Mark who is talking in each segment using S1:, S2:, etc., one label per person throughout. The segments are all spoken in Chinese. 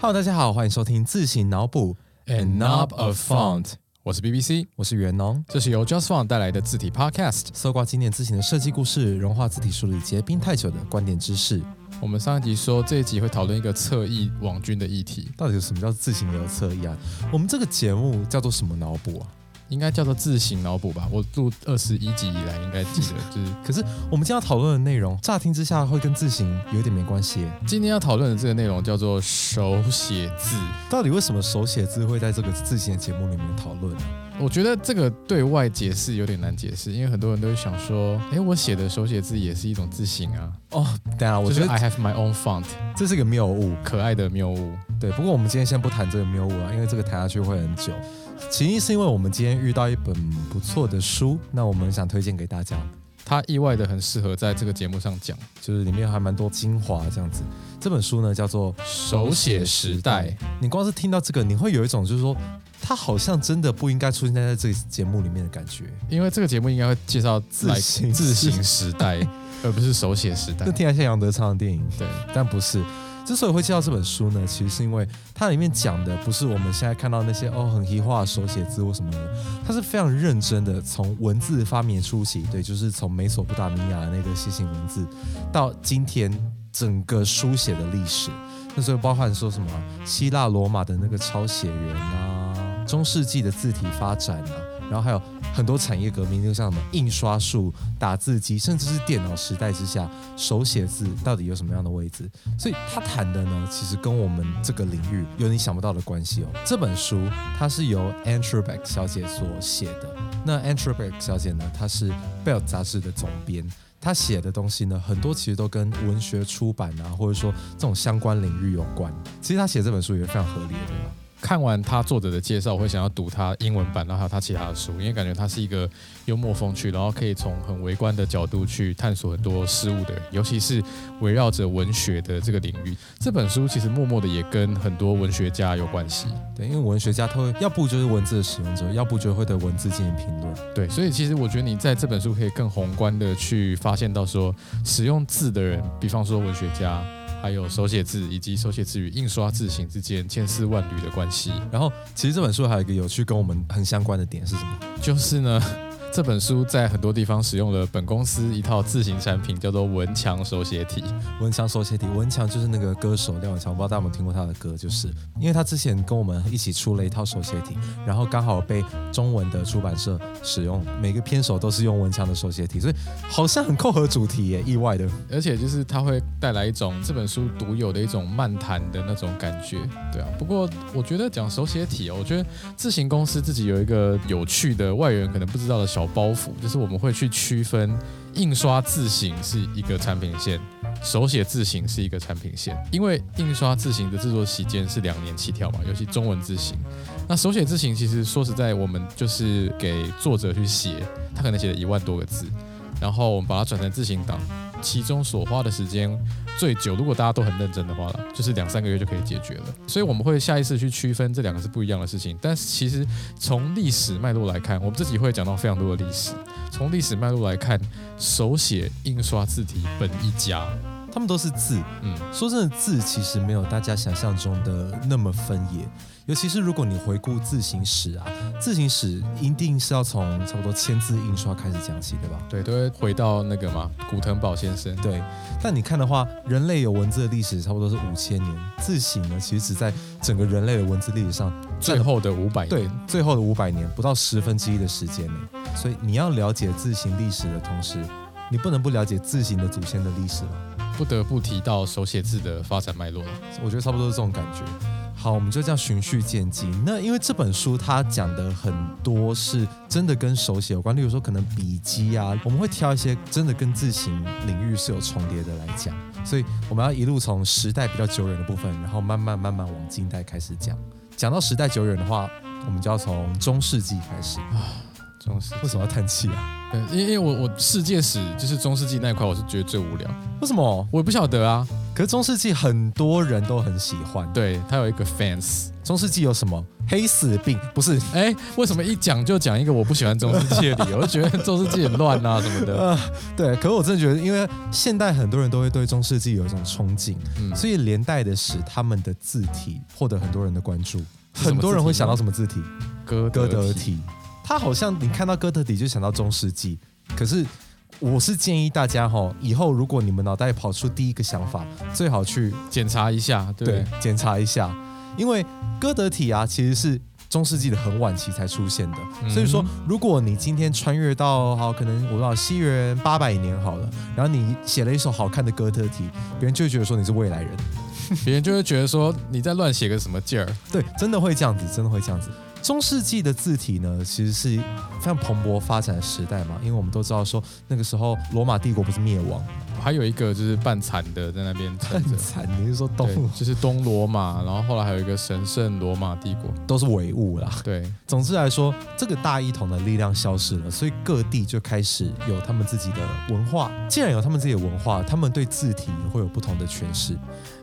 S1: Hello，大家好，欢迎收听自行脑补
S2: And Knob of Font。我是 BBC，
S1: 我是袁农。
S2: 这是由 Just Font 带来的字体 Podcast。
S1: 搜刮经典字型的设计故事，融化字体梳理结冰太久的观点知识。
S2: 我们上一集说这一集会讨论一个侧翼网军的议题，
S1: 到底有什么叫自行流侧翼啊？我们这个节目叫做什么脑补啊？
S2: 应该叫做自行脑补吧。我录二十一集以来，应该记得就是
S1: 可是我们今天要讨论的内容，乍听之下会跟字形有一点没关系耶。
S2: 今天要讨论的这个内容叫做手写字。
S1: 到底为什么手写字会在这个字形的节目里面讨论啊呢？
S2: 我觉得这个对外解释有点难解释，因为很多人都会想说，诶，我写的手写字也是一种字形啊。
S1: 哦，等一下，我
S2: 我
S1: 觉
S2: 觉得
S1: 得
S2: I have my own font，
S1: 这是个谬误。
S2: 可爱的谬误。
S1: 对，不过我们今天先不谈这个谬误啊，因为这个谈下去会很久。其一是因为我们今天遇到一本不错的书，那我们想推荐给大家，
S2: 它意外的很适合在这个节目上讲。
S1: 就是里面还蛮多精华这样子。这本书呢叫做《
S2: 手写时代，
S1: 你光是听到这个，你会有一种就是说，它好像真的不应该出现在这个节目里面的感觉。
S2: 因为这个节目应该会介绍
S1: 自
S2: like
S1: 行
S2: 自行时 代，而不是手写时代
S1: 那。听起来像杨德昌的电影，
S2: 对，
S1: 但不是。之所以会介绍这本书呢，其实是因为它里面讲的不是我们现在看到那些哦很黑化的手写字或什么的，它是非常认真的从文字发明初期，对，就是从美索不达米亚的那个楔形文字到今天整个书写的历史。那所以包含说什么希腊罗马的那个抄写员啊，中世纪的字体发展啊，然后还有很多产业革命，就像什么印刷术、打字机，甚至是电脑时代之下，手写字到底有什么样的位置？所以他谈的呢，其实跟我们这个领域有你想不到的关系哦。这本书它是由 a n t r e b e c k 小姐所写的。那 a n t r e b e c k 小姐呢，她是《Bell》杂志的总编。她写的东西呢，很多其实都跟文学出版啊，或者说这种相关领域有关。其实她写这本书也非常合理的，对吧？
S2: 看完他作者的介绍，我会想要读他英文版，然后还有他其他的书，因为感觉他是一个幽默风趣，然后可以从很微观的角度去探索很多事物的人，尤其是围绕着文学的这个领域。这本书其实默默的也跟很多文学家有关系，
S1: 对，因为文学家他会要不就是文字的使用者，要不就会对文字进行评论。
S2: 对，所以其实我觉得你在这本书可以更宏观的去发现到说，使用字的人，比方说文学家，还有手写字以及手写字与印刷字形之间千丝万缕的关系。
S1: 然后，其实这本书还有一个有趣跟我们很相关的点是什么？
S2: 就是呢，这本书在很多地方使用了本公司一套字形产品，叫做文强手写体。
S1: 文强手写体，文强就是那个歌手廖文强，我不知道大家有没有听过他的歌，就是因为他之前跟我们一起出了一套手写体，然后刚好被中文的出版社使用，每个篇首都是用文强的手写体，所以好像很扣合主题耶，意外的。
S2: 而且就是它会带来一种这本书独有的一种漫谈的那种感觉，对啊。不过我觉得讲手写体哦，我觉得自行公司自己有一个有趣的外人可能不知道的小包袱，就是我们会去区分印刷字型是一个产品线。手写字型是一个产品线，因为印刷字型的制作期间是两年起跳嘛，尤其中文字型。那手写字型其实说实在，我们就是给作者去写，他可能写了一万多个字，然后我们把它转成字型档，其中所花的时间最久，如果大家都很认真的话啦，就是两三个月就可以解决了。所以我们会下意识去区分这两个是不一样的事情。但是其实从历史脉络来看，我们自己会讲到非常多的历史。从历史脉络来看，手写印刷字体本一家，
S1: 他们都是字，
S2: 嗯，
S1: 说真的，字其实没有大家想象中的那么分野，尤其是如果你回顾字形史啊，字形史一定是要从差不多签字印刷开始讲起，对吧？
S2: 对，都会回到那个嘛，古腾堡先生。
S1: 对，但你看的话，人类有文字的历史差不多是五千年，字形呢，其实只在整个人类的文字历史上，
S2: 最后的五百
S1: 对
S2: 年，
S1: 最后的五百年不到十分之一的时间呢。所以你要了解字形历史的同时，你不能不了解字形的祖先的历史了。
S2: 不得不提到手写字的发展脉络了。
S1: 我觉得差不多是这种感觉。好，我们就这样循序渐进。那因为这本书它讲的很多是真的跟手写有关，例如说可能笔记啊，我们会挑一些真的跟字形领域是有重叠的来讲。所以我们要一路从时代比较久远的部分，然后慢慢慢慢往近代开始讲。讲到时代久远的话，我们就要从中世纪开始。
S2: 中世
S1: 为什么要叹气啊？
S2: 对，因为因为我我世界史就是中世纪那一块，我是觉得最无聊。
S1: 为什么？
S2: 我也不晓得啊，
S1: 可是中世纪很多人都很喜欢。
S2: 对他有一个 fans。
S1: 中世纪有什么黑死病？不是，
S2: 哎，为什么一讲就讲一个我不喜欢中世纪的理由？我就觉得中世纪很乱啊什么的。
S1: 呃，对。可是我真的觉得，因为现代很多人都会对中世纪有一种憧憬，
S2: 嗯，
S1: 所以连带的使他们的字体获得很多人的关注。
S2: 是什么字体呢
S1: 很多人会想到什么字体？
S2: 歌
S1: 哥德，体。他好像你看到哥德体就想到中世纪，可是我是建议大家哈、以后如果你们脑袋跑出第一个想法，最好去
S2: 检查一下，对不对，
S1: 检查一下，因为哥德体啊其实是中世纪的很晚期才出现的，
S2: 嗯
S1: 所以说如果你今天穿越到好可能我不知道西元八百年好了，然后你写了一首好看的哥德体，别人就会觉得说你是未来人，
S2: 别人就会觉得说你在乱写个什么劲儿。
S1: 对，真的会这样子，真的会这样子。中世纪的字体呢，其实是非常蓬勃发展的时代嘛，因为我们都知道说那个时候罗马帝国不是灭亡，
S2: 还有一个就是半残的在那边撑着
S1: 很，惨，你是说都
S2: 对，就是东罗马，然后后来还有一个神圣罗马帝国，
S1: 都是伪物啦。
S2: 对，
S1: 总之来说，这个大一统的力量消失了，所以各地就开始有他们自己的文化。既然有他们自己的文化，他们对字体也会有不同的诠释。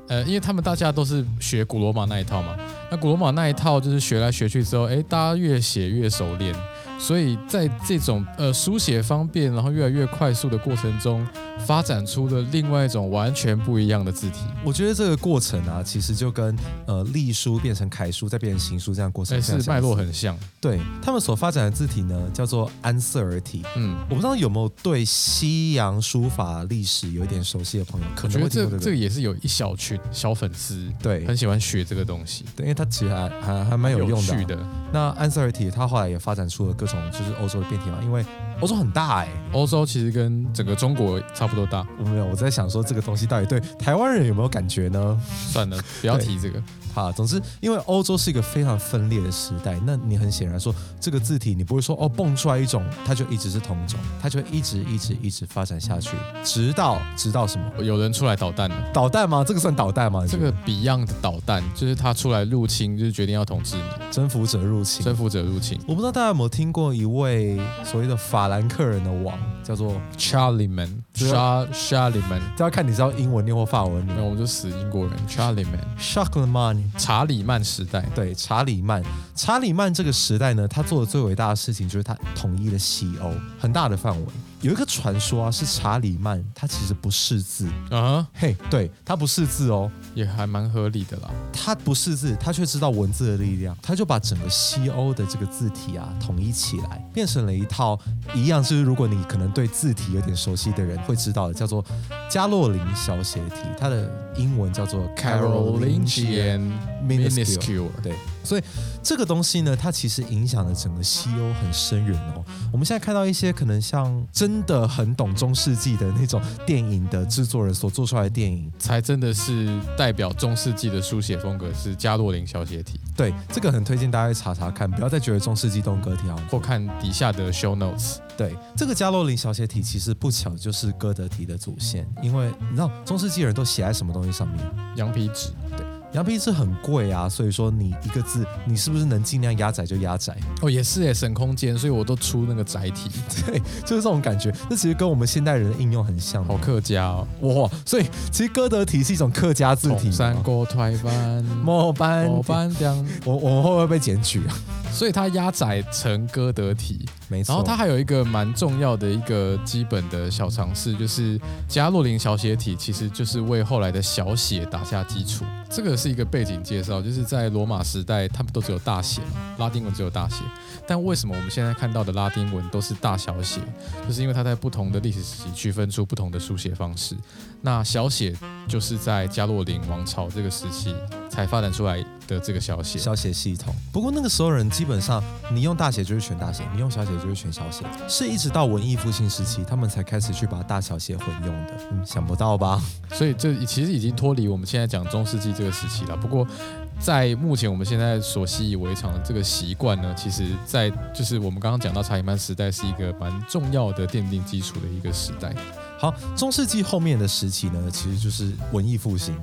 S2: 呃，因为他们大家都是学古罗马那一套嘛，那古罗马那一套就是学来学去之后，哎，大家越写越熟练，所以在这种呃书写方便，然后越来越快速的过程中，发展出了另外一种完全不一样的字体，
S1: 我觉得这个过程啊，其实就跟呃隶书变成楷书，再变成行书这样的过程
S2: 哎，
S1: 非常相
S2: 是
S1: 似
S2: 脉络很像，
S1: 对他们所发展的字体呢，叫做安瑟尔体。
S2: 嗯，
S1: 我不知道有没有对西洋书法历史有一点熟悉的朋友，可
S2: 我
S1: 能
S2: 觉
S1: 会
S2: 得
S1: 听过
S2: 这这
S1: 这
S2: 个
S1: 个。
S2: 也是有一小群小粉丝
S1: 对，
S2: 很喜欢学这个东西，
S1: 对因为它其实还还还蛮有用的啊、
S2: 趣的。
S1: 那安瑟尔体它后来也发展出了各种就是欧洲的变体嘛，因为欧洲很大哎、
S2: 欧洲其实跟整个中国差不多大，
S1: 我没有，我在想说这个东西到底对台湾人有没有感觉呢？
S2: 算了，不要提这个。
S1: 好，总之，因为欧洲是一个非常分裂的时代，那你很显然说这个字体，你不会说哦蹦出来一种，它就一直是同种，它就一直一直一直发展下去，直到直到什么
S2: 有人出来捣蛋了，
S1: 导弹吗？这个算导弹吗？你
S2: 这
S1: 觉得
S2: 个 Beyond 的捣蛋就是他出来入侵，就是决定要统治你，
S1: 征服者入侵，
S2: 征服者入侵。
S1: 我不知道大家有没有听过一位所谓的法兰克人的王，叫做
S2: Charlemagne，
S1: 对
S2: Char Charlemagne，
S1: 这要看你知道英文念或法文
S2: 没有
S1: 念
S2: 我们就死英国人 Charlemagne，
S1: ，Charlemagne。
S2: 查理曼时代。
S1: 对，查理曼，查理曼这个时代呢，他做的最伟大的事情就是他统一了西欧，很大的范围。有一个传说啊，是查理曼他其实不识字，
S2: 啊、
S1: 嘿，对他不识字哦，
S2: 也还蛮合理的啦。
S1: 他不识字，他却知道文字的力量，他就把整个西欧的这个字体啊统一起来，变成了一套一样，就是如果你可能对字体有点熟悉的人会知道的，叫做加洛林小写体，它的英文叫做
S2: Carolingian
S1: minuscule。
S2: minuscule，
S1: 对，所以这个东西呢，它其实影响了整个西欧很深远哦。我们现在看到一些可能像真的很懂中世纪的那种电影的制作人所做出来的电影，
S2: 才真的是代表中世纪的书写风格是加洛林小写体，
S1: 对，这个很推荐大家去查查看，不要再觉得中世纪动歌体好像
S2: 或看底下的 show notes。
S1: 对，这个加洛林小写体其实不巧就是哥德体的祖先，因为你知道中世纪人都写在什么东西上面？
S2: 羊皮纸，
S1: 羊皮纸很贵啊，所以说你一个字，你是不是能尽量压窄就压窄？
S2: 哦，也是诶，省空间，所以我都出那个载体，
S1: 对，就是这种感觉。这其实跟我们现代人的应用很像。
S2: 好客家哦。
S1: 哇，所以其实哥德体是一种客家字体
S2: 统
S1: 嘛。
S2: 山锅推班，
S1: 某班，
S2: 我班这样，
S1: 我我们会不会被检举啊？
S2: 所以它压载成歌德体。
S1: 没错。
S2: 然后它还有一个蛮重要的一个基本的小常识，就是加洛林小写体其实就是为后来的小写打下基础。这个是一个背景介绍，就是在罗马时代，他们都只有大写嘛，拉丁文只有大写。但为什么我们现在看到的拉丁文都是大小写？就是因为它在不同的历史时期区分出不同的书写方式。那小写就是在加洛林王朝这个时期才发展出来的这个小写。
S1: 小写系统。不过那个时候人基本上，你用大写就是全大写，你用小写就是全小写，是一直到文艺复兴时期，他们才开始去把大小写混用的。嗯，想不到吧？
S2: 所以这其实已经脱离我们现在讲中世纪这个时期了。不过，在目前我们现在所习以为常的这个习惯呢，其实，在就是我们刚刚讲到查理曼时代是一个蛮重要的奠定基础的一个时代。
S1: 好，中世纪后面的时期呢，其实就是文艺复兴。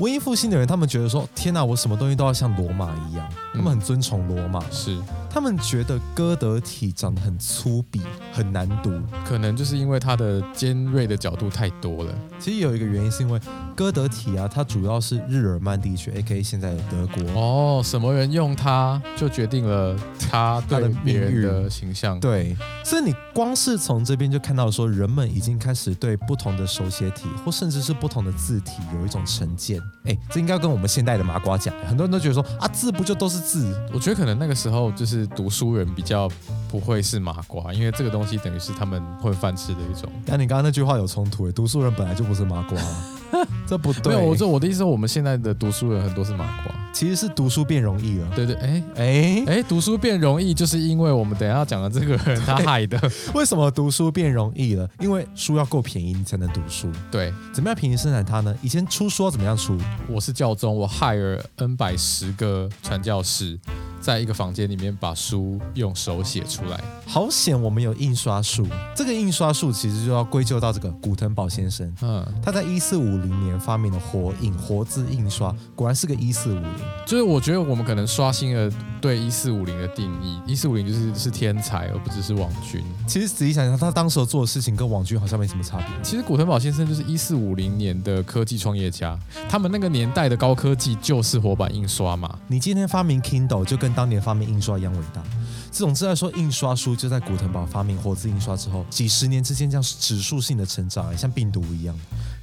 S1: 文艺复兴的人，他们觉得说：“天哪，我什么东西都要像罗马一样。”他们很遵从罗马，
S2: 是，
S1: 他他们觉得歌德体长得很粗鄙，很难读。
S2: 可能就是因为它的尖锐的角度太多了。
S1: 其实有一个原因是因为哥德体啊，它主要是日耳曼地区 （A.K.A. 现在的德国）
S2: 哦，什么人用它，就决定了他
S1: 他的
S2: 对别
S1: 命
S2: 哦人
S1: 运
S2: 的形象。
S1: 对，所以你光是从这边就看到说，人们已经开始对不同的手写体或甚至是不同的字体有一种成见。哎，这应该跟我们现代的麻瓜讲，很多人都觉得说啊，字不就都是字？
S2: 我觉得可能那个时候就是读书人比较不会是麻瓜，因为这个东西等于是他们混饭吃的一种。
S1: 那你刚刚那句话有冲突哎，读书人本来就不是麻 瓜啊，这不
S2: 没
S1: 对。
S2: 有，我说我的意思，我们现在的读书人很多是麻瓜。
S1: 其实是读书变容易了。
S2: 对对，哎
S1: 哎，
S2: 哎，读书变容易，就是因为我们等一下要讲的这个人他害的。
S1: 为什么读书变容易了？因为书要够便宜，你才能读书。
S2: 对，
S1: 怎么样便宜生产它呢？以前出书要怎么样出？
S2: 我是教宗，我害了 N 百十个传教士，在一个房间里面把书用手写出来。
S1: 好险我们有印刷术。这个印刷术其实就要归咎到这个古腾堡先生，
S2: 嗯，
S1: 他在一四五零年发明了活印活字印刷，果然是个一四五零。
S2: 就是我觉得我们可能刷新了对一四五零的定义，一四五零就是是天才，而不只是网军。
S1: 其实仔细想想，他当时有做的事情跟网军好像没什么差别。
S2: 其实古腾堡先生就是一四五零年的科技创业家，他们那个年代的高科技就是活版印刷嘛。
S1: 你今天发明 Kindle 就跟当年发明印刷一样伟大。这种自来说，印刷书就在古腾堡发明活字印刷之后，几十年之间这样指数性的成长，哎像病毒一样。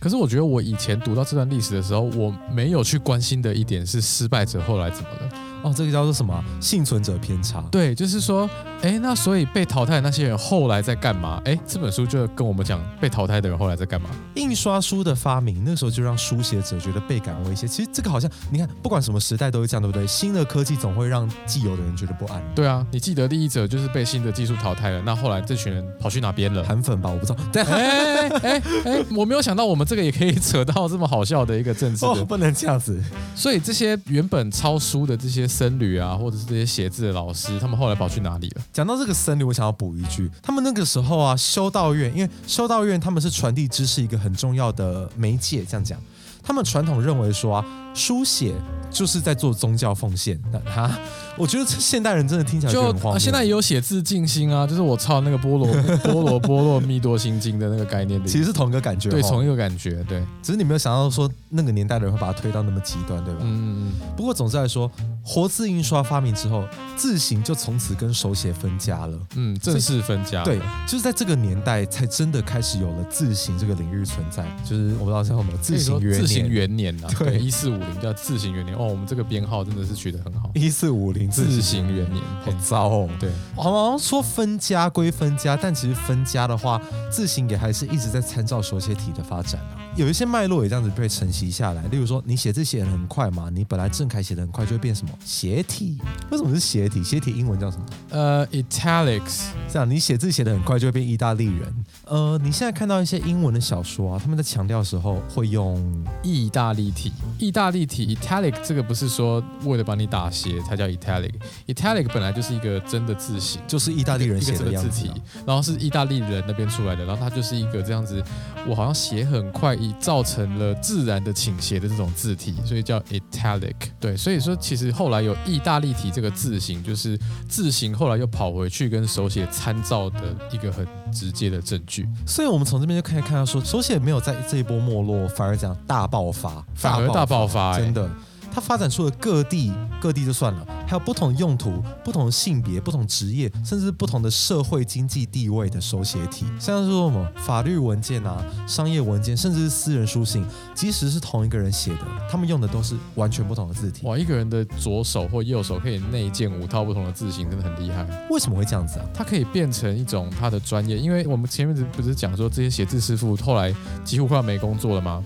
S2: 可是我觉得我以前读到这段历史的时候，我没有去关心的一点是失败者后来怎么了。
S1: 哦，这个叫做什么啊？幸存者偏差。
S2: 对，就是说，哎，那所以被淘汰的那些人后来在干嘛？哎，这本书就跟我们讲被淘汰的人后来在干嘛。
S1: 印刷书的发明，那时候就让书写者觉得倍感威胁。其实这个好像，你看，不管什么时代都是这样，对不对？新的科技总会让既有的人觉得不安。
S2: 对啊，你记得利益者就是被新的技术淘汰了，那后来这群人跑去哪 边了？
S1: 韩粉吧，我不知道。但
S2: 哎哎哎！我没有想到我们这个也可以扯到这么好笑的一个政治的
S1: 哦，不能这样子。
S2: 所以这些原本抄书的这些僧侣啊，或者是这些写字的老师，他们后来跑去哪里了？
S1: 讲到这个僧侣，我想要补一句，他们那个时候啊，修道院，因为修道院他们是传递知识一个很重要的媒介，这样讲。他们传统认为说啊，书写就是在做宗教奉献。那哈，我觉得这现代人真的听起来就
S2: 就
S1: 很荒
S2: 啊
S1: 谬。
S2: 现在也有写字静心啊，就是我抄那个菠萝菠萝菠萝蜜多心经的那个概念的，
S1: 其实是同一个感觉哦，
S2: 对同一个感觉，对，
S1: 只是你没有想到说那个年代的人会把它推到那么极端，对吧？
S2: 嗯，
S1: 不过总之来说，活字印刷发明之后，字形就从此跟手写分家了。
S2: 嗯，正式分家，
S1: 对，就是在这个年代才真的开始有了字形这个领域存在，就是我不知道叫什么字形元
S2: 自行
S1: 年，
S2: 元年呐、啊，
S1: 对
S2: 对，一四五零叫自行元年，哦，我们这个编号真的是取得很好，
S1: 一四五零字
S2: 自
S1: 形，
S2: 行元年，
S1: 好糟哦。
S2: 对，
S1: 好像说分家归分家，但其实分家的话，字形也还是一直在参照手写体的发展啊。有一些脉络也这样子被承袭下来，例如说你写字写得很快嘛，你本来正楷写得很快，就会变什么斜体？为什么是斜体？斜体英文叫什么？
S2: 呃，italics，
S1: 这样你写字写得很快，就会变意大利人。呃，你现在看到一些英文的小说啊，他们在强调的时候会用
S2: 意大利体，意大利体 italic 这个不是说为了帮你打斜才叫 italic，italic 本来就是一个真的字形，
S1: 就是意大利人写
S2: 一个
S1: 的
S2: 真的
S1: 样
S2: 字
S1: 子
S2: 体
S1: 啊、，
S2: 然后是意大利人那边出来的，然后它就是一个这样子，我好像写很快，以造成了自然的倾斜的这种字体，所以叫 italic。对，所以说其实后来有意大利体这个字形，就是字形后来又跑回去跟手写参照的一个很直接的证据，
S1: 所以我们从这边就可以看到说，手写没有在这一波没落，反而讲大爆发，
S2: 反而大爆发、欸
S1: 真的。它发展出了各地各地就算了，还有不同用途、不同性别、不同职业，甚至不同的社会经济地位的手写体，像是说什么法律文件啊、商业文件，甚至是私人书信，即使是同一个人写的，他们用的都是完全不同的字体。
S2: 哇，一个人的左手或右手可以内建五套不同的字形，真的很厉害。
S1: 为什么会这样子啊？
S2: 它可以变成一种他的专业，因为我们前面不是讲说这些写字师傅后来几乎快要没工作了吗？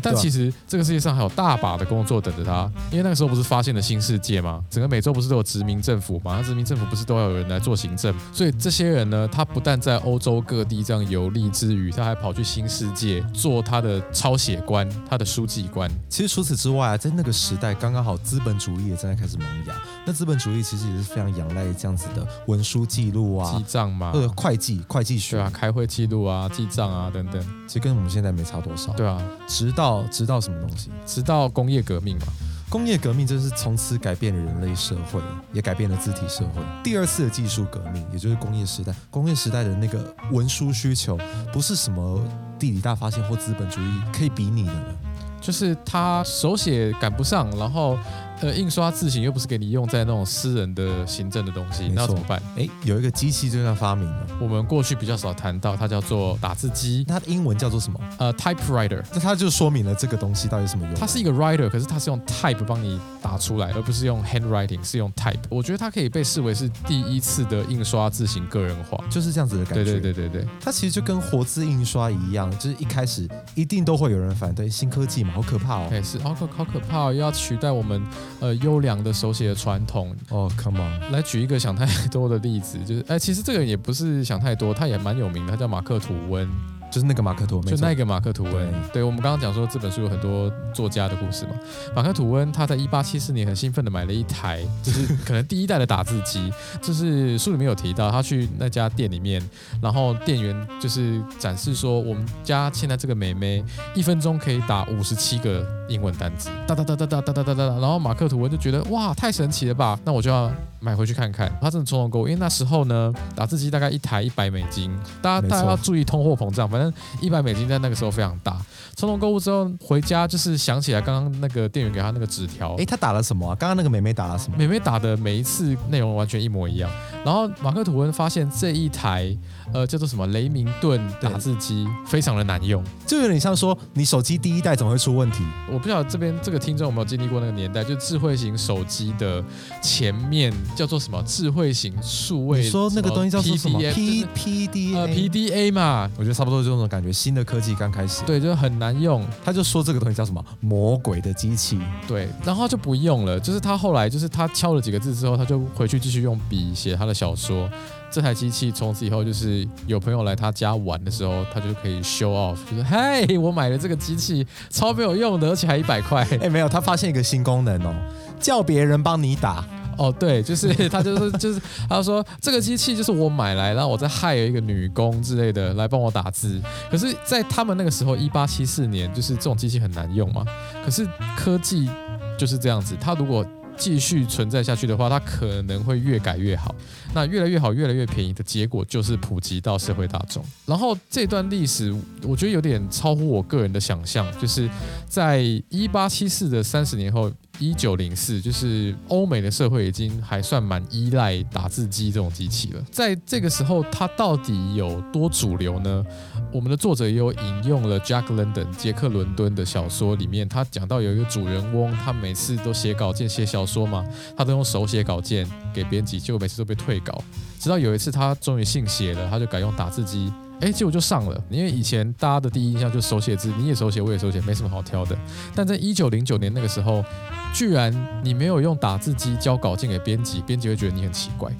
S2: 但其
S1: 实
S2: 实这个世界上还有大把的工作等着他，因为那个时候不是发现了新世界吗？整个美洲不是都有殖民政府吗？那殖民政府不是都要有人来做行政？所以这些人呢，他不但在欧洲各地这样游历之余，他还跑去新世界做他的抄写官、他的书记官。
S1: 其实除此之外啊，在那个时代，刚刚好资本主义也正在开始萌芽。那资本主义其实也是非常仰赖这样子的文书记录啊
S2: 记，账嘛，
S1: 呃，会计会计学
S2: 对啊，开会记录啊、记账啊等等。
S1: 其实跟我们现在没差多少。
S2: 对啊，
S1: 直到直到什么东西？
S2: 直到工业革命嘛，
S1: 工业革命真是从此改变了人类社会，也改变了字体社会。第二次的技术革命，也就是工业时代，工业时代的那个文书需求，不是什么地理大发现或资本主义可以比拟的了。
S2: 就是他手写赶不上，然后呃印刷字型又不是给你用在那种私人的行政的东西，
S1: 没错
S2: 那要怎么办？
S1: 诶，有一个机器就这样发明了，
S2: 我们过去比较少谈到，它叫做打字机，
S1: 它的英文叫做什么？
S2: 呃，typewriter。
S1: 那它就说明了这个东西到底有什么用。
S2: 它是一个 writer，可是它是用 type 帮你打出来，而不是用 handwriting，是用 type。我觉得它可以被视为是第一次的印刷字型个人化。
S1: 就是这样子的感
S2: 对
S1: 觉。
S2: 对对对对，
S1: 它其实就跟活字印刷一样，就是一开始一定都会有人反对新科技嘛，好可怕哦。
S2: 哎、是好可好可怕、哦，又要取代我们呃优良的手写的传统。
S1: 哦、c o m e
S2: 来举一个想太多的例子，就是哎、其实这个也不是想太多，他也蛮有名的，他叫马克吐温，
S1: on，就是那个马克吐，没
S2: 就
S1: 错
S2: 那个马克吐温。对我们刚刚讲说这本书有很多作家的故事嘛，马克吐温他在一八七四年很兴奋的买了一台，就是可能第一代的打字机，就是书里面有提到，他去那家店里面，然后店员就是展示说，我们家现在这个妹妹一分钟可以打五十七个英文单词，哒哒哒哒哒哒哒哒哒，然后马克吐温就觉得哇太神奇了吧，那我就要买回去看看。他真的冲动购物，因为那时候呢，打字机大概一台一百美金，大家
S1: 没错
S2: 大家要注意通货膨胀，反正一百美金在那个时候非常大。冲动购物之后回家就是想起来刚刚那个店员给他那个纸条，
S1: 诶，他打了什么啊？刚刚那个妹妹打了什么？
S2: 美美打的每一次内容完全一模一样。然后马克吐温发现这一台呃叫做什么雷明顿
S1: 对
S2: 打字机非常的难用。
S1: 就有点像说你手机第一代怎么会出问题？
S2: 我不晓得这边这个听众有没有经历过那个年代，就智慧型手机的前面叫做什么智慧型数位，
S1: 你说那个东西叫做什么
S2: PDA
S1: ？P
S2: 就是
S1: P D
S2: 呃
S1: A？
S2: PDA 嘛，
S1: 我觉得差不多就这种感觉，新的科技刚开始，
S2: 对，就很难用。
S1: 他就说这个东西叫什么魔鬼的机器，
S2: 对，然后就不用了。就是他后来，就是他敲了几个字之后，他就回去继续用笔写他的小说。这台机器从此以后，就是有朋友来他家玩的时候，他就可以 show off，就是嘿，我买了这个机器，超没有用的，而且还一百块。
S1: 诶，没有，他发现一个新功能哦，叫别人帮你打，
S2: 哦，对， 就是他就是就是他说这个机器就是我买来，然后我再害了一个女工之类的来帮我打字。可是，在他们那个时候，一八七四年，就是这种机器很难用嘛。可是科技就是这样子，它如果继续存在下去的话，它可能会越改越好。那越来越好，越来越便宜的结果就是普及到社会大众。然后这段历史，我觉得有点超乎我个人的想象，就是在一八七四的三十年后，一九零四，就是欧美的社会已经还算蛮依赖打字机这种机器了。在这个时候，它到底有多主流呢？我们的作者也有引用了 Jack London 杰克伦敦的小说里面，他讲到有一个主人翁，他每次都写稿件写小说嘛，他都用手写稿件给编辑，结果每次都被退稿。直到有一次他终于信邪了，他就改用打字机，哎，结果就上了。因为以前大家的第一印象就是手写字，你也手写，我也手写，没什么好挑的。但在一九零九年那个时候，居然你没有用打字机交稿件给编辑，编辑会觉得你很奇怪。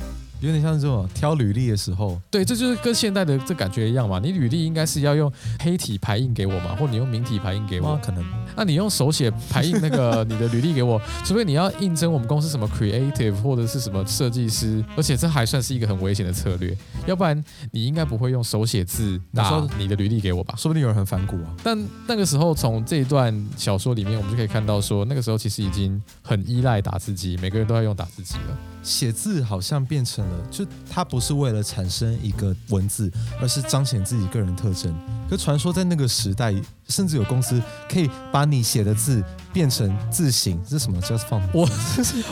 S1: 有点像是这种挑履历的时候，
S2: 对，这就是跟现在的这感觉一样嘛。你履历应该是要用黑体排印给我嘛，或你用明体排印给我
S1: 哇，。可能
S2: 那你用手写排印那个你的履历给我，除非你要应征我们公司什么 creative 或者是什么设计师，而且这还算是一个很危险的策略，要不然你应该不会用手写字打
S1: 说
S2: 你的履历给我吧？
S1: 说不定有人很反骨啊。
S2: 但那个时候，从这一段小说里面，我们就可以看到说，那个时候其实已经很依赖打字机，每个人都要用打字机了。
S1: 写字好像变成了，就它不是为了产生一个文字，而是彰显自己个人特征。可传说在那个时代，甚至有公司可以把你写的字变成字形，这是什么？Just fun。
S2: 我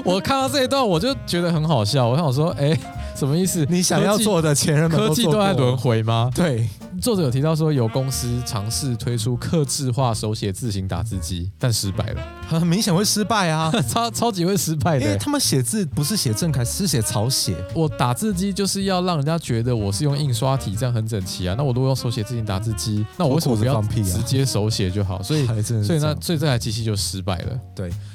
S2: 我看到这一段，我就觉得很好笑，我想说，哎、什么意思？
S1: 你想要做的前人们
S2: 科
S1: 都
S2: 技
S1: 做
S2: 都
S1: 过
S2: 在轮回吗？
S1: 对，
S2: 作者有提到说，有公司尝试推出刻制化手写字型打字机，但失败了，
S1: 很明显会失败啊，
S2: 超超级会失败
S1: 因为
S2: 的。欸
S1: 他们写字不是写正楷，是写草写。
S2: 我打字机就是要让人家觉得我是用印刷体，这样很整齐啊。那我如果用手写字型打字机，那我为什么不
S1: 脱
S2: 要
S1: 裤子放屁啊
S2: 直接手写就好？ 所以，
S1: 还真的是
S2: 所以
S1: 这
S2: 那
S1: 样
S2: 所以这台机器就失败了。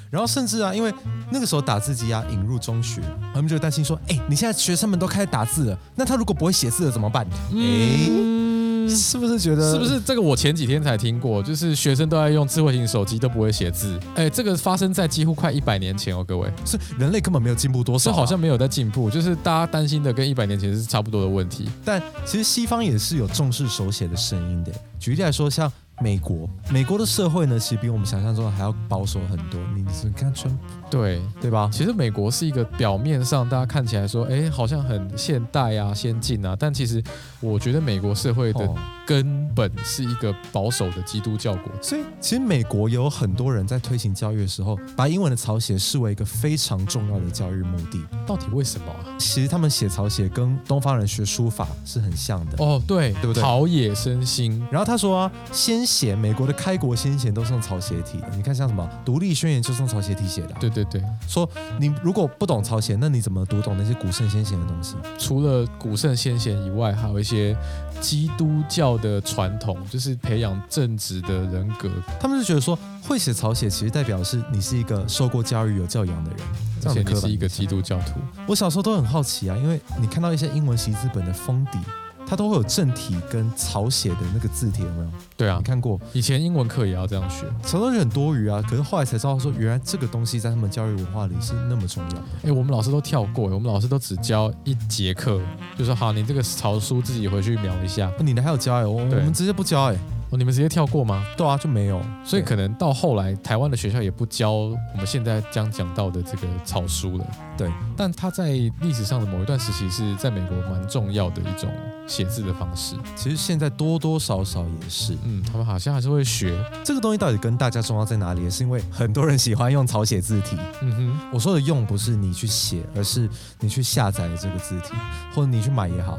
S1: 然后甚至啊，因为那个时候打字机啊引入中学，他们就担心说，哎、你现在学生们都开始打字了，那他如果不会写字了怎么办？哎、
S2: 嗯。嗯，
S1: 是不是觉得
S2: 是不是呃这个我前几天才听过，就是学生都在用智慧型手机，都不会写字。哎，这个发生在几乎快一百年前哦，各位，
S1: 是人类根本没有进步多
S2: 这
S1: 少啊、
S2: 好像没有在进步，就是大家担心的跟一百年前是差不多的问题。
S1: 但其实西方也是有重视手写的声音的。举例来说，像美国，美国的社会呢，其实比我们想象中的还要保守很多。你你看川普，
S2: 对，
S1: 对吧？
S2: 其实美国是一个表面上大家看起来说，哎，好像很现代啊、先进啊，但其实我觉得美国社会的
S1: 哦
S2: 根本是一个保守的基督教国。
S1: 所以其实美国也有很多人在推行教育的时候，把英文的草写视为一个非常重要的教育目的。
S2: 到底为什么啊？
S1: 其实他们写草写跟东方人学书法是很像的。
S2: 哦，对，
S1: 对不对
S2: 陶冶身心，
S1: 然后他说啊，先贤美国的开国先贤都是用草写体的，你看像什么《独立宣言》就是用草写体写的啊、
S2: 对对对。
S1: 说你如果不懂草写，那你怎么读懂那些古圣先贤的东西？
S2: 除了古圣先贤以外，还有一些基督教的传统，就是培养正直的人格。
S1: 他们就觉得说，会写草写其实代表是你是一个受过教育、有教养的人。这
S2: 而
S1: 样的
S2: 且你
S1: 刻
S2: 是
S1: 板
S2: 一个
S1: 印象
S2: 基督教徒，
S1: 我小时候都很好奇啊，因为你看到一些英文习字本的封底，它都会有正体跟草写的那个字体，有没有？
S2: 对啊
S1: 你，看过？
S2: 以前英文课也要这样学。
S1: 小时候就很多余啊，可是后来才知道说，原来这个东西在他们教育文化里是那么重要的。
S2: 哎，我们老师都跳过，我们老师都只教一节课，就说好，你这个草书自己回去描一下。
S1: 你的还有教哎、我我
S2: 对
S1: 们直接不教哎、
S2: 哦，你们直接跳过吗？
S1: 对啊，就没有。
S2: 所以
S1: 对
S2: 可能到后来，台湾的学校也不教我们现在将讲到的这个草书了。
S1: 对，
S2: 但它在历史上的某一段时期是在美国蛮重要的一种写字的方式。
S1: 其实现在多多少少也是
S2: 嗯，他们好像还是会学。
S1: 这个东西到底跟大家重要在哪里？也是因为很多人喜欢用草写字体。
S2: 嗯哼，
S1: 我说的用不是你去写，而是你去下载这个字体，或者你去买也好。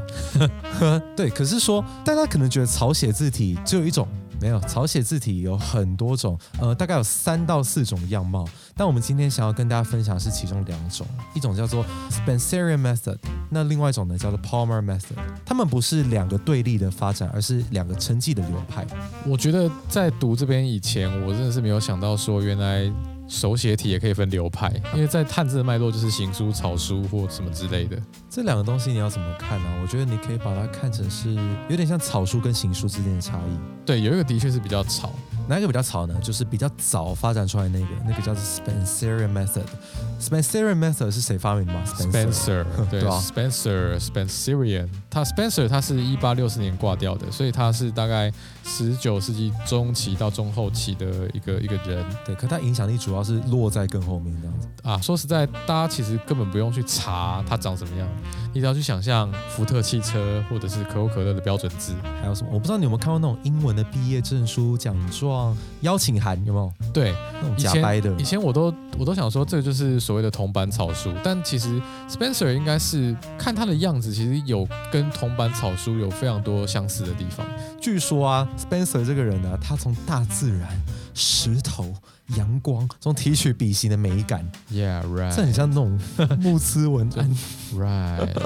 S1: 对，可是说大家可能觉得草写字体只有一种，没有草写字体有很多种，呃，大概有三到四种样貌。但我们今天想要跟大家分享的是其中两种，一种叫做 Spencerian method，那另外一种呢叫做 Palmer method。它们不是两个对立的发展，而是两个称继的流派。
S2: 我觉得在读这边以前，我真的是没有想到说原来。手写体也可以分流派，因为在汉字的脉络就是行书、草书或什么之类的。
S1: 这两个东西你要怎么看呢、我觉得你可以把它看成是有点像草书跟行书之间的差异。
S2: 对，有一个的确是比较草，
S1: 哪一个比较吵呢？就是比较早发展出来的那个，那个叫做 Spencerian method。Spencerian method 是谁发明的吗
S2: Spencer，对
S1: 对啊
S2: s p e n c e r Spencerian，他 Spencer 他是一八六四年挂掉的，所以他是大概十九世纪中期到中后期的一个一个人
S1: 对，可它影响力主要是落在更后面这样子。
S2: 啊。说实在，大家其实根本不用去查他长什么样，你只要去想象福特汽车或者是可口可乐的标准字，
S1: 还有什么？我不知道你有没有看过那种英文的毕业证书、奖状、邀请函，有没有
S2: 对，
S1: 那种
S2: 以
S1: 假
S2: 前
S1: 掰的？
S2: 以前我都我都想说，这就是所谓的铜板草书，但其实 Spencer 应该是看他的样子，其实有跟铜板草书有非常多相似的地方。
S1: 据说啊，Spencer 这个人呢、他从大自然、石头、阳光中提取笔形的美感，
S2: Yeah,
S1: 这
S2: right,
S1: 很像那种穆斯文案
S2: right，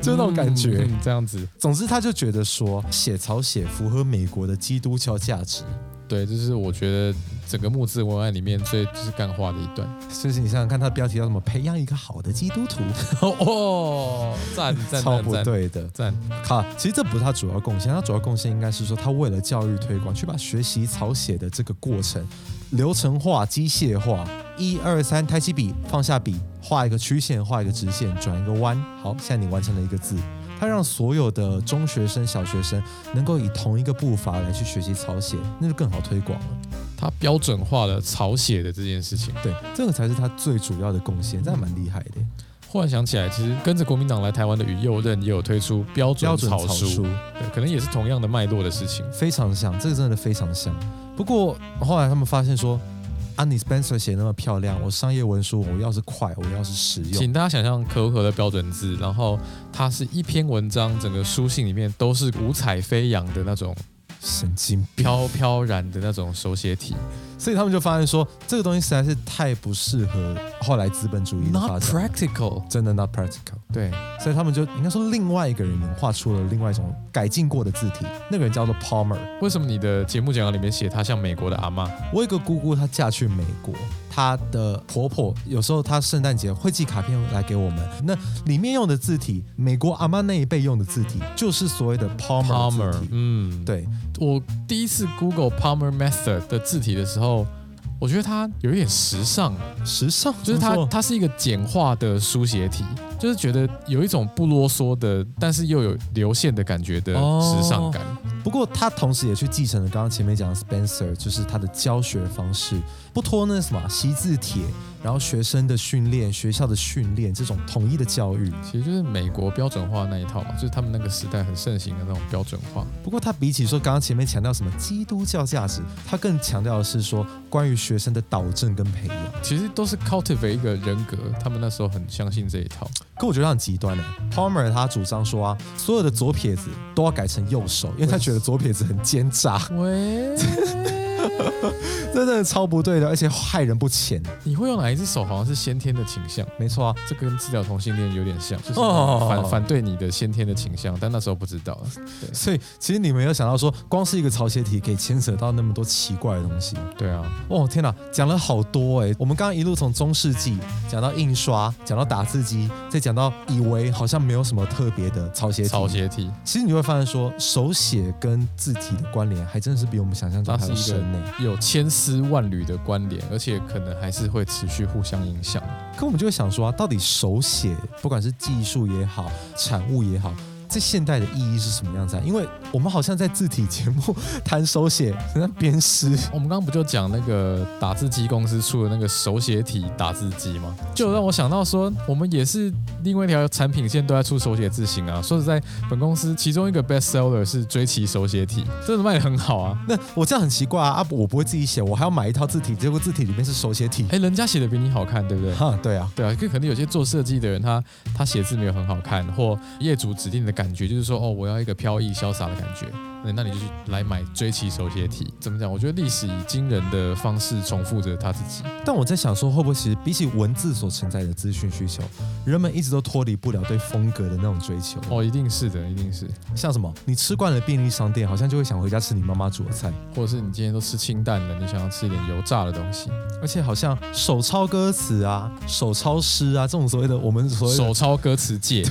S1: 就是那种感觉
S2: 嗯嗯这样子。
S1: 总之，他就觉得说写草写符合美国的基督教价值。
S2: 对，这是我觉得整个木字文案里面最就是干话的一段。
S1: 就是你想想看，它的标题叫什么？培养一个好的基督徒，
S2: 哦，赞 赞
S1: 超
S2: 赞
S1: 不
S2: 赞
S1: 对的。
S2: 赞，
S1: 好，其实这不是他主要贡献，他主要贡献应该是说，他为了教育推广，去把学习草写的这个过程流程化、机械化。一二三，抬起笔，放下笔，画一个曲线，画一个直线，转一个弯。好，现在你完成了一个字。他让所有的中学生、小学生能够以同一个步伐来去学习草写，那就更好推广了。
S2: 他标准化了草写的这件事情。
S1: 对，这个才是他最主要的贡献，这还蛮厉害的。
S2: 忽然想起来，其实跟着国民党来台湾的于右任也有推出标准
S1: 标准
S2: 草
S1: 草
S2: 书，
S1: 书。
S2: 对，可能也是同样的脉络的事情。
S1: 非常像，这个真的非常像。不过后来他们发现说，安妮 Spencer 写那么漂亮，我商业文书我要是快，我要是实用，
S2: 请大家想象可口可乐标准字，然后它是一篇文章，整个书信里面都是五彩飞扬的那种
S1: 神经病。
S2: 飘飘然的那种手写体，
S1: 所以他们就发现说，这个东西实在是太不适合后来资本主义的发
S2: Not
S1: 展了，
S2: practical，
S1: 真的 not practical。
S2: 对，
S1: 所以他们就应该说，另外一个人演化出了另外一种改进过的字体，那个人叫做 Palmer。
S2: 为什么你的节目讲稿里面写他像美国的阿妈？
S1: 我有一个姑姑，她嫁去美国，她的婆婆有时候她圣诞节会寄卡片来给我们，那里面用的字体，美国阿妈那一辈用的字体，就是所谓的 Palmer 字体。
S2: 嗯，
S1: 对，
S2: 我第一次 Google Palmer Method 的字体的时候，我觉得它有一点时尚，
S1: 时尚
S2: 就是
S1: 怎么
S2: 它
S1: 说
S2: 它是一个简化的书写体，就是觉得有一种不啰嗦的，但是又有流线的感觉的
S1: 哦
S2: 时尚感。
S1: 不过他同时也去继承了刚刚前面讲的 Spencer，就是他的教学方式，不拖那什么习字帖，然后学生的训练、学校的训练这种统一的教育。
S2: 其实就是美国标准化那一套嘛，就是他们那个时代很盛行的那种标准化。
S1: 不过他比起说刚刚前面强调什么基督教价值，他更强调的是说关于学生的导正跟培养。
S2: 其实都是 cultivate 一个人格，他们那时候很相信这一套。
S1: 可我觉得他很极端的、Palmer 欸他主张说啊，所有的左撇子都要改成右手，因为他觉得左撇子很奸诈，
S2: 喂，
S1: 这真的超不对的，而且害人不浅。
S2: 你会用哪一只手？好像是先天的倾向，
S1: 没错啊，
S2: 这跟治疗同性恋有点像，就是反、
S1: 哦
S2: 反对你的先天的倾向，但那时候不知道。
S1: 所以其实你没有想到说，光是一个草鞋体可以牵扯到那么多奇怪的东西。
S2: 对啊，
S1: 哦天哪，讲了好多哎、我们刚刚一路从中世纪讲到印刷，讲到打字机，再讲到以为好像没有什么特别的草鞋体。
S2: 草，鞋体，
S1: 其实你会发现说，手写跟字体的关联还真的是比我们想象中还要深欸呢、
S2: 有千丝万缕的关联，而且可能还是会持续互相影响。
S1: 可我们就会想说啊，到底手写不管是技术也好，产物也好。在现代的意义是什么样子啊？因为我们好像在字体节目 谈手写，在那鞭尸，
S2: 我们刚刚不就讲那个打字机公司出的那个手写体打字机吗？就让我想到说，我们也是另外一条产品线都在出手写字型啊。说实在，本公司其中一个 best seller 是追奇手写体，真的卖的很好啊。
S1: 那我这样很奇怪啊！啊，我不会自己写，我还要买一套字体，结果字体里面是手写体。
S2: 哎，人家写的比你好看，对不对？
S1: 哈，对啊，
S2: 对啊，可可能有些做设计的人他，他写字没有很好看，或业主指定的感觉就是说，哦，我要一个飘逸潇洒的感觉，那那你就去来买追奇手写体。怎么讲？我觉得历史以惊人的方式重复着他自己。
S1: 但我在想说，会不会其实比起文字所承载的资讯需求，人们一直都脱离不了对风格的那种追求。
S2: 哦，一定是的，一定是。
S1: 像什么，你吃惯了便利商店，好像就会想回家吃你妈妈煮的菜，
S2: 或者是你今天都吃清淡的，你想要吃一点油炸的东西，
S1: 而且好像手抄歌词啊、手抄诗啊这种所谓的我们所谓的
S2: 手抄歌词界。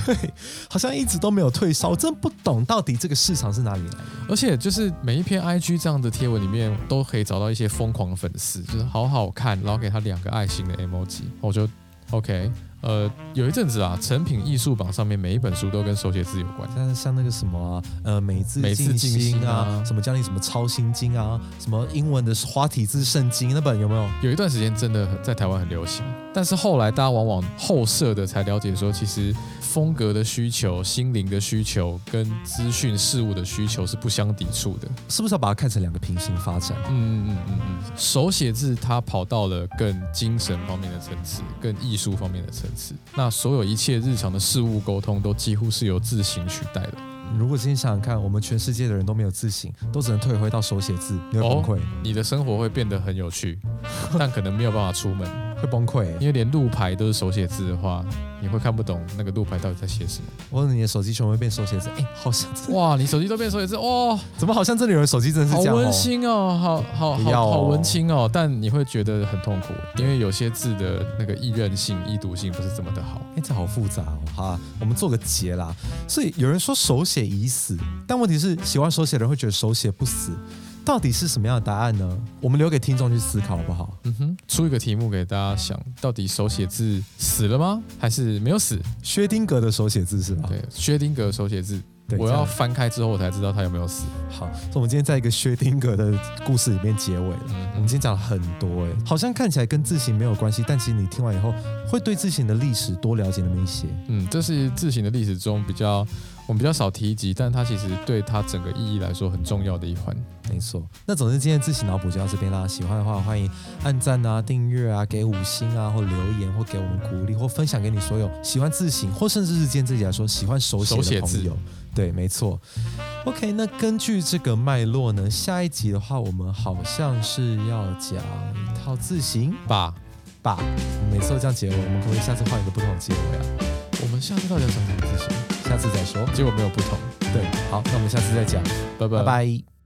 S1: 好像一直都没有退烧，我真不懂到底这个市场是哪里来的。
S2: 而且就是每一篇 IG 这样的贴文里面，都可以找到一些疯狂粉丝，就是好好看，然后给他两个爱心的 emoji，我就 OK。呃，有一阵子啊，成品艺术榜上面每一本书都跟手写字有关。
S1: 像像那个什么啊、呃美字
S2: 美字
S1: 静
S2: 静心
S1: 心
S2: 啊
S1: 啊，什么教你什么抄心经啊，什么英文的花体字圣经啊那本有没有？
S2: 有一段时间真的很在台湾很流行，但是后来大家往往后设的才了解说，其实风格的需求、心灵的需求跟资讯事物的需求是不相抵触的。
S1: 是不是要把它看成两个平行发展？
S2: 嗯嗯嗯嗯，嗯，手写字它跑到了更精神方面的层次，更艺术方面的层次。那所有一切日常的事物沟通，都几乎是由字形取代的。
S1: 如果今天想想看，我们全世界的人都没有自省，都只能退回到手写字，你会崩溃，
S2: 你的生活会变得很有趣， 但可能没有办法出门，
S1: 会崩溃欸、
S2: 因为连路牌都是手写字的话，你会看不懂那个路牌到底在写什么。
S1: 或者你的手机全部会变手写字，哎、好像 真的
S2: 哇，你手机都变手写字，哦，
S1: 怎么好像这里有人手机真的是
S2: 好
S1: 这样、哦？
S2: 温馨哦，好好
S1: 不要
S2: 好
S1: 哦
S2: 好文青哦，但你会觉得很痛苦，因为有些字的那个易认性、易读性不是这么的好。
S1: 哎、这好复杂哦。好啊，我们做个结啦。所以有人说手写已死，但问题是喜欢手写的人会觉得手写不死，到底是什么样的答案呢？我们留给听众去思考好不好？
S2: 嗯哼，出一个题目给大家想，到底手写字死了吗？还是没有死？
S1: 薛丁格的手写字是吧？
S2: 对，薛定谔手写字，
S1: 对
S2: 我
S1: 这
S2: 要
S1: 样
S2: 翻开之后我才知道它有没有死。
S1: 好，所以我们今天在一个薛丁格的故事里面结尾了。
S2: 嗯，
S1: 我们今天讲了很多哎、好像看起来跟字形没有关系，但其实你听完以后，会对字形的历史多了解那么一些。
S2: 嗯，这是字形的历史中比较我们比较少提及，但它其实对它整个意义来说很重要的一环。
S1: 没错，那总之今天的字形脑补就到这边啦。喜欢的话，欢迎按赞啊、订阅啊、给五星啊，或留言，或给我们鼓励，或分享给你啊所有喜欢字形，或甚至是今天自己来说喜欢手
S2: 手
S1: 写
S2: 写
S1: 的朋
S2: 字
S1: 友。对，没错。 OK，那根据这个脉络呢，下一集的话，我们好像是要讲一套字形
S2: 吧。
S1: 吧？每次都这样结尾，我们可不可以下次换一个不同的结尾啊？
S2: 我们下次到底要讲什么字形？
S1: 下次再说。
S2: 结果没有不同，
S1: 对，好，那我们下次再讲，
S2: 拜拜
S1: 拜拜